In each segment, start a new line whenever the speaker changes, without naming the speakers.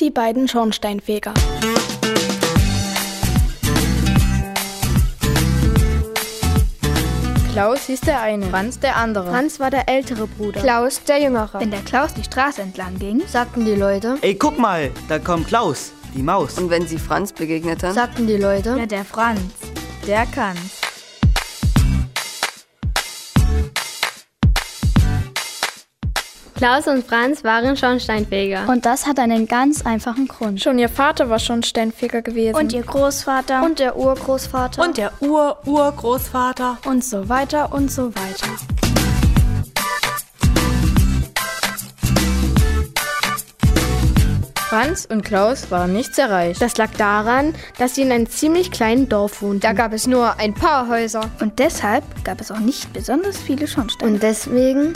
Die beiden Schornsteinfeger.
Klaus hieß der eine, Franz der andere.
Franz war der ältere Bruder.
Klaus der jüngere.
Wenn der Klaus die Straße entlang ging,
sagten die Leute:
Ey, guck mal, da kommt Klaus, die Maus.
Und wenn sie Franz begegneten,
sagten die Leute:
Ja, der Franz, der kann's.
Klaus und Franz waren Schornsteinfeger.
Und das hat einen ganz einfachen Grund.
Schon ihr Vater war Schornsteinfeger gewesen.
Und ihr Großvater.
Und der Urgroßvater.
Und der Ur-Urgroßvater.
Und so weiter und so weiter.
Franz und Klaus waren nichts erreicht.
Das lag daran, dass sie in einem ziemlich kleinen Dorf wohnten.
Da gab es nur ein paar Häuser.
Und deshalb gab es auch nicht besonders viele Schornsteine.
Und deswegen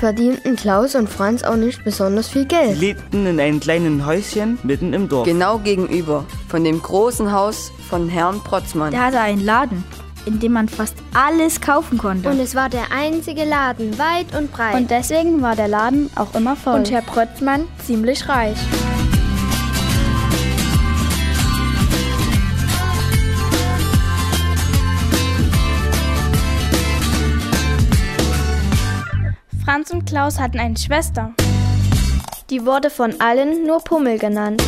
verdienten Klaus und Franz auch nicht besonders viel Geld.
Sie lebten in einem kleinen Häuschen mitten im Dorf.
Genau gegenüber von dem großen Haus von Herrn Protzmann.
Der hatte einen Laden, in dem man fast alles kaufen konnte.
Und es war der einzige Laden, weit und breit.
Und deswegen war der Laden auch immer voll.
Und Herr Protzmann ziemlich reich.
Franz und Klaus hatten eine Schwester.
Die wurde von allen nur Pummel genannt.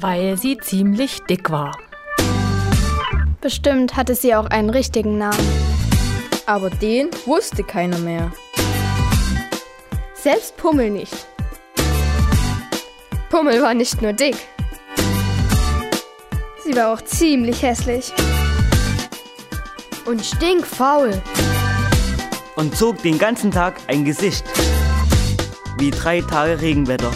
Weil sie ziemlich dick war.
Bestimmt hatte sie auch einen richtigen Namen.
Aber den wusste keiner mehr.
Selbst Pummel nicht. Pummel war nicht nur dick. Sie war auch ziemlich hässlich.
Und stinkfaul
und zog den ganzen Tag ein Gesicht. Wie drei Tage Regenwetter.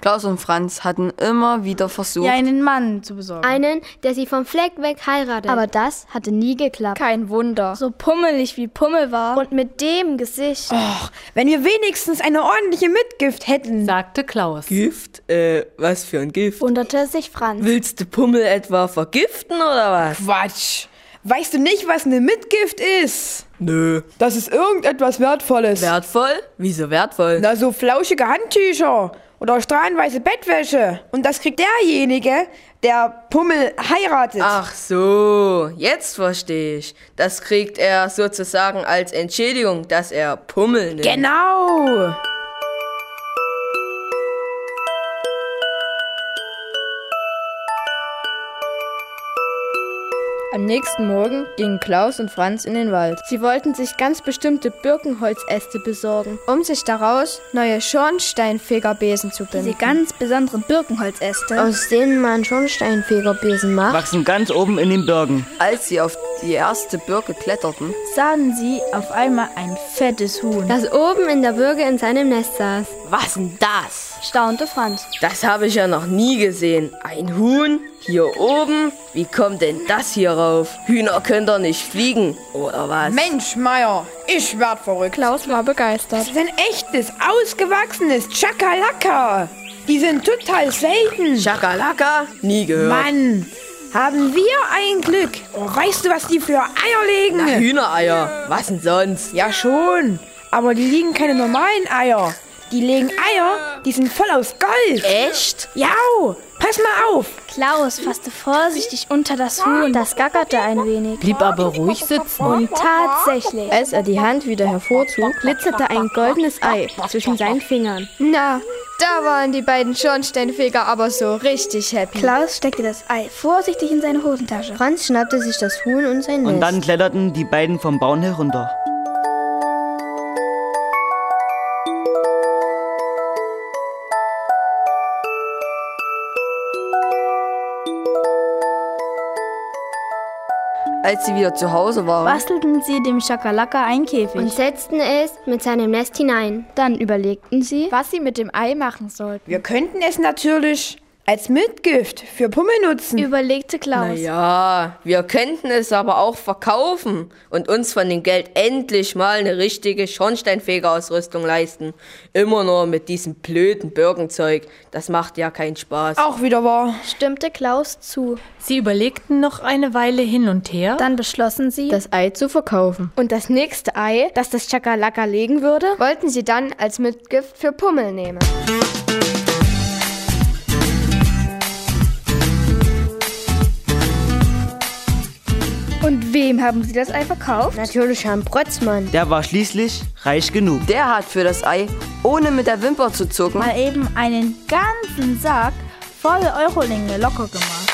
Klaus und Franz hatten immer wieder versucht,
ja, einen Mann zu besorgen.
Einen, der sie vom Fleck weg heiratet.
Aber das hatte nie geklappt.
Kein Wunder.
So pummelig wie Pummel war.
Und mit dem Gesicht.
Och, wenn wir wenigstens eine ordentliche Mitgift hätten,
sagte Klaus.
Gift? Äh, was für ein Gift?
Wunderte sich Franz.
Willst du Pummel etwa vergiften oder was?
Quatsch. Weißt du nicht, was eine Mitgift ist?
Nö.
Das ist irgendetwas Wertvolles.
Wertvoll? Wieso wertvoll?
Na, so flauschige Handtücher oder strahlenweise Bettwäsche. Und das kriegt derjenige, der Pummel heiratet.
Ach so, jetzt verstehe ich. Das kriegt er sozusagen als Entschädigung, dass er Pummel nimmt.
Genau.
Am nächsten Morgen gingen Klaus und Franz in den Wald.
Sie wollten sich ganz bestimmte Birkenholzäste besorgen,
um sich daraus neue Schornsteinfegerbesen zu binden.
Diese ganz besonderen
Oh.
Birkenholzäste,
aus denen man Schornsteinfegerbesen macht,
wachsen ganz oben in den Bergen.
Als sie auf die erste Birke kletterten,
sahen sie auf einmal ein fettes Huhn,
das oben in der Birke in seinem Nest saß.
Was denn das?
staunte Franz.
Das habe ich ja noch nie gesehen. Ein Huhn hier oben? Wie kommt denn das hier rauf? Hühner können doch nicht fliegen, oder was?
Mensch, Meier, ich werd verrückt.
Klaus war begeistert.
Das ist ein echtes, ausgewachsenes Chakalaka. Die sind total selten.
Chakalaka? Nie gehört.
Mann, haben wir ein Glück. Oh, Weißt du, was die für Eier legen?
Na, Hühnereier. Was denn sonst?
Ja, schon. Aber die liegen keine normalen Eier. Die legen Eier, die sind voll aus Gold.
Echt?
Ja, pass mal auf.
Klaus fasste vorsichtig unter das Huhn.
Das gackerte ein wenig.
Blieb aber ruhig sitzen.
Und tatsächlich,
als er die Hand wieder hervorzog, glitzerte ein goldenes Ei zwischen seinen Fingern.
Na, da waren die beiden Schornsteinfeger aber so richtig happy.
Klaus steckte das Ei vorsichtig in seine Hosentasche.
Franz schnappte sich das Huhn und sein Nest.
Und dann kletterten die beiden vom Baum herunter.
Als sie wieder zu Hause waren,
bastelten sie dem Schakalaka einen Käfig
und setzten es mit seinem Nest hinein.
Dann überlegten sie,
was sie mit dem Ei machen sollten.
Wir könnten es natürlich Als Mitgift für Pummel nutzen.
Überlegte Klaus.
Naja, wir könnten es aber auch verkaufen und uns von dem Geld endlich mal eine richtige Schornsteinfegerausrüstung leisten. Immer nur mit diesem blöden Birkenzeug. Das macht ja keinen Spaß.
Auch wieder wahr.
Stimmte Klaus zu.
Sie überlegten noch eine Weile hin und her.
Dann beschlossen sie,
das Ei zu verkaufen.
Und das nächste Ei, das das Chakalaka legen würde,
wollten sie dann als Mitgift für Pummel nehmen.
Und wem haben Sie das Ei verkauft?
Natürlich Herrn Protzmann.
Der war schließlich reich genug.
Der hat für das Ei, ohne mit der Wimper zu zucken,
mal eben einen ganzen Sack voll Eurolinge locker gemacht.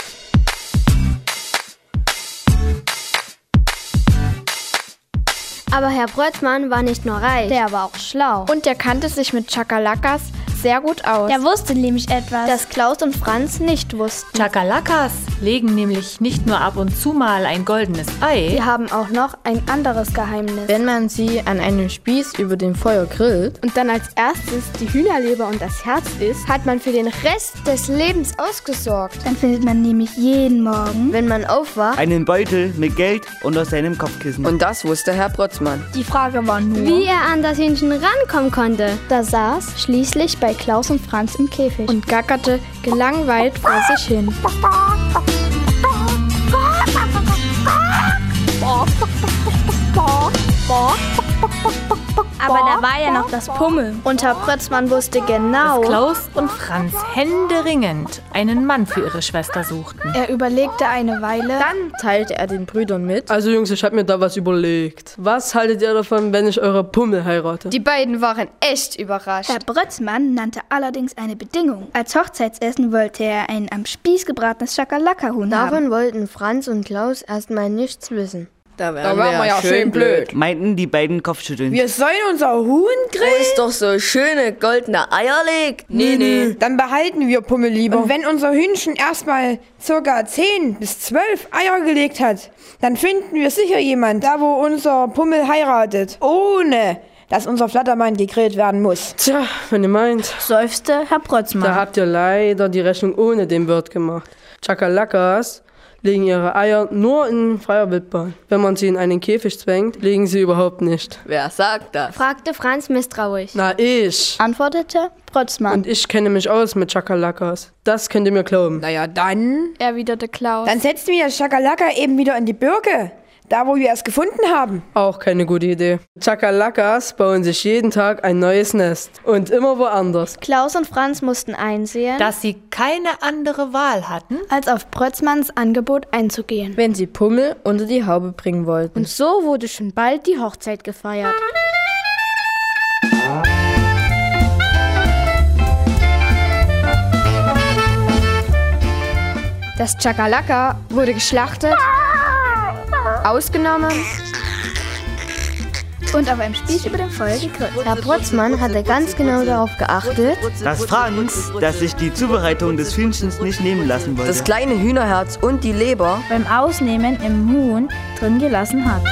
Aber Herr Brötzmann war nicht nur reich,
der war auch schlau.
Und der kannte sich mit Chakalakas sehr gut aus.
Der wusste nämlich etwas,
das Klaus und Franz nicht wussten.
Chakalakas legen nämlich nicht nur ab und zu mal ein goldenes Ei.
Sie haben auch noch ein anderes Geheimnis.
Wenn man sie an einem Spieß über dem Feuer grillt
und dann als erstes die Hühnerleber und das Herz isst,
hat man für den Rest des Lebens ausgesorgt.
Dann findet man nämlich jeden Morgen,
wenn man aufwacht,
einen Beutel mit Geld unter seinem Kopfkissen.
Und das wusste Herr Protzmann.
Die Frage war nur,
wie er an das Hähnchen rankommen konnte.
Da saß schließlich bei bei Klaus und Franz im Käfig
und gackerte gelangweilt vor sich hin.
Aber da war ja noch das Pummel.
Und Herr Prötzmann wusste genau,
dass Klaus und Franz händeringend einen Mann für ihre Schwester suchten.
Er überlegte eine Weile.
Dann teilte er den Brüdern mit.
Also Jungs, ich habe mir da was überlegt. Was haltet ihr davon, wenn ich eure Pummel heirate?
Die beiden waren echt überrascht.
Herr Brötzmann nannte allerdings eine Bedingung. Als Hochzeitsessen wollte er ein am Spieß gebratenes Schakalaka-Huhn haben.
Davon wollten Franz und Klaus erstmal nichts wissen.
Da wären, da wären wir ja schön blöd. blöd.
Meinten die beiden Kopfschütteln.
Wir sollen unser Huhn grillen? Wo
ist doch so schöne goldene Eier legt.
Nee, nee. Dann behalten wir Pummel lieber. Und wenn unser Hühnchen erstmal circa 10 bis 12 Eier gelegt hat, dann finden wir sicher jemand, da wo unser Pummel heiratet. Ohne dass unser Flattermann gegrillt werden muss.
Tja, wenn ihr meint.
Seufzte Herr Protzmann.
Da
Ah.
habt ihr leider die Rechnung ohne den Wirt gemacht. Chakalakas legen ihre Eier nur in freier Wildbahn. Wenn man sie in einen Käfig zwängt, legen sie überhaupt nicht.
Wer sagt das?
fragte Franz misstrauisch.
Na, ich.
Antwortete Protzmann.
Und ich kenne mich aus mit Chakalakas. Das könnt ihr mir glauben.
Naja, dann,
erwiderte Klaus.
Dann setzen wir das Chakalaka eben wieder in die Birke. Da, wo wir es gefunden haben.
Auch keine gute Idee. Chakalakas bauen sich jeden Tag ein neues Nest. Und immer woanders.
Klaus und Franz mussten einsehen,
dass sie keine andere Wahl hatten,
als auf Prötzmanns Angebot einzugehen.
Wenn sie Pummel unter die Haube bringen wollten.
Und so wurde schon bald die Hochzeit gefeiert.
Das Chakalaka wurde geschlachtet ausgenommen
und auf einem Spieß über dem Feuer gegrillt.
Herr Protzmann hatte ganz genau darauf geachtet,
dass Franz, dass sich die Zubereitung des Hühnchens nicht nehmen lassen wollte.
Das kleine Hühnerherz und die Leber
beim Ausnehmen im Huhn drin gelassen hat.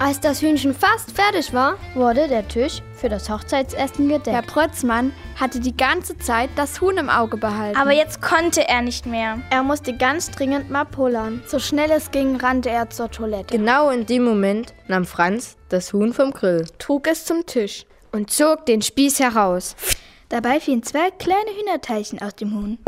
Als das Hühnchen fast fertig war,
wurde der Tisch für das Hochzeitsessen gedeckt.
Herr Protzmann hatte die ganze Zeit das Huhn im Auge behalten.
Aber jetzt konnte er nicht mehr.
Er musste ganz dringend mal pullern. So schnell es ging, rannte er zur Toilette.
Genau in dem Moment nahm Franz das Huhn vom Grill,
trug es zum Tisch und zog den Spieß heraus.
Dabei fielen zwei kleine Hühnerteilchen aus dem Huhn.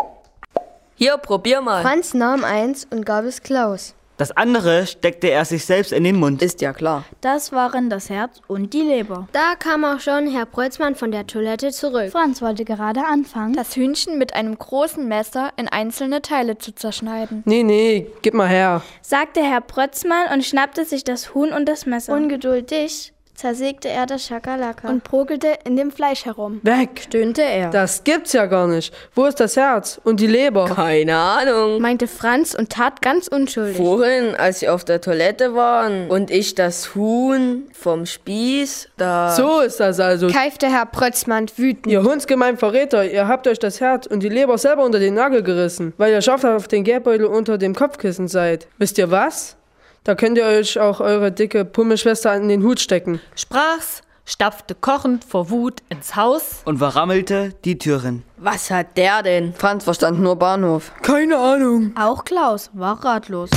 Hier, probier mal.
Franz nahm eins und gab es Klaus.
Das andere steckte er sich selbst in den Mund.
Ist ja klar.
Das waren das Herz und die Leber.
Da kam auch schon Herr Brötzmann von der Toilette zurück.
Franz wollte gerade anfangen,
das Hühnchen mit einem großen Messer in einzelne Teile zu zerschneiden.
Nee, nee, gib mal her,
sagte Herr Brötzmann und schnappte sich das Huhn und das Messer.
Ungeduldig zersägte er das Schakalaka
und progelte in dem Fleisch herum.
Weg,
stöhnte er.
Das gibt's ja gar nicht. Wo ist das Herz und die Leber?
Keine Ahnung,
meinte Franz und tat ganz unschuldig.
Vorhin, als sie auf der Toilette waren und ich das Huhn vom Spieß, da...
So ist das also.
Keifte Herr Prötzmann wütend.
Ihr hundsgemein Verräter, ihr habt euch das Herz und die Leber selber unter den Nagel gerissen, weil ihr scharf auf den Geldbeutel unter dem Kopfkissen seid. Wisst ihr was? Da könnt ihr euch auch eure dicke Pummelschwester an den Hut stecken.
Sprach's, stapfte kochend vor Wut ins Haus
und verrammelte die Türen.
Was hat der denn?
Franz verstand nur Bahnhof.
Keine Ahnung.
Auch Klaus war ratlos.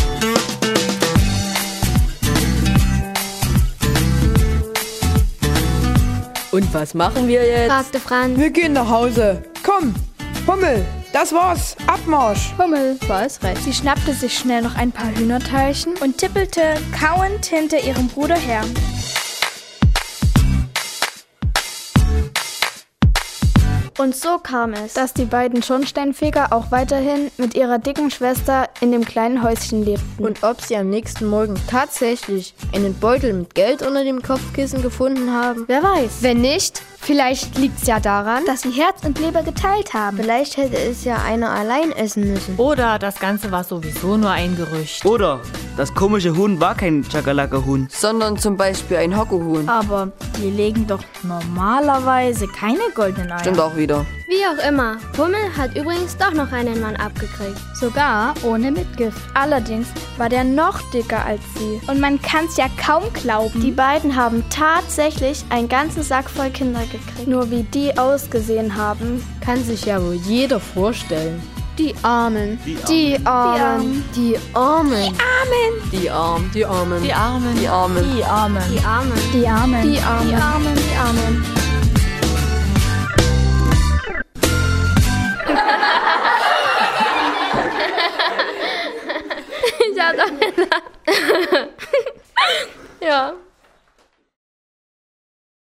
Und was machen wir jetzt?
fragte Franz.
Wir gehen nach Hause. Komm, Hummel, das war's. Abmarsch.
Hummel war es recht. Sie schnappte sich schnell noch ein paar Hühnerteilchen
und tippelte kauend hinter ihrem Bruder her.
Und so kam es, dass die beiden Schornsteinfeger auch weiterhin mit ihrer dicken Schwester in dem kleinen Häuschen lebten.
Und ob sie am nächsten Morgen tatsächlich einen Beutel mit Geld unter dem Kopfkissen gefunden haben,
wer weiß.
Wenn nicht, Vielleicht liegt's ja daran,
dass sie Herz und Leber geteilt haben.
Vielleicht hätte es ja einer allein essen müssen.
Oder das Ganze war sowieso nur ein Gerücht.
Oder das komische Huhn war kein Chakalaka-Huhn.
Sondern zum Beispiel ein Hockehuhn.
Ah.
Aber die legen doch normalerweise keine goldenen Eier.
Stimmt auch wieder.
Wie auch immer, Hummel hat übrigens doch noch einen Mann abgekriegt.
Sogar ohne Mitgift.
Allerdings war der noch dicker als sie.
Und man kann's ja kaum glauben.
Die beiden haben tatsächlich einen ganzen Sack voll Kinder Gekriegt. Nur wie die ausgesehen haben,
kann sich ja wohl jeder vorstellen.
Die Armen.
Die Armen.
Die Armen.
Die Armen.
Die Armen.
Die Armen.
Die Armen.
Die Armen.
Die Armen.
Die Armen.
Die Armen.
Die Armen.
Ich hab doch gedacht. ja.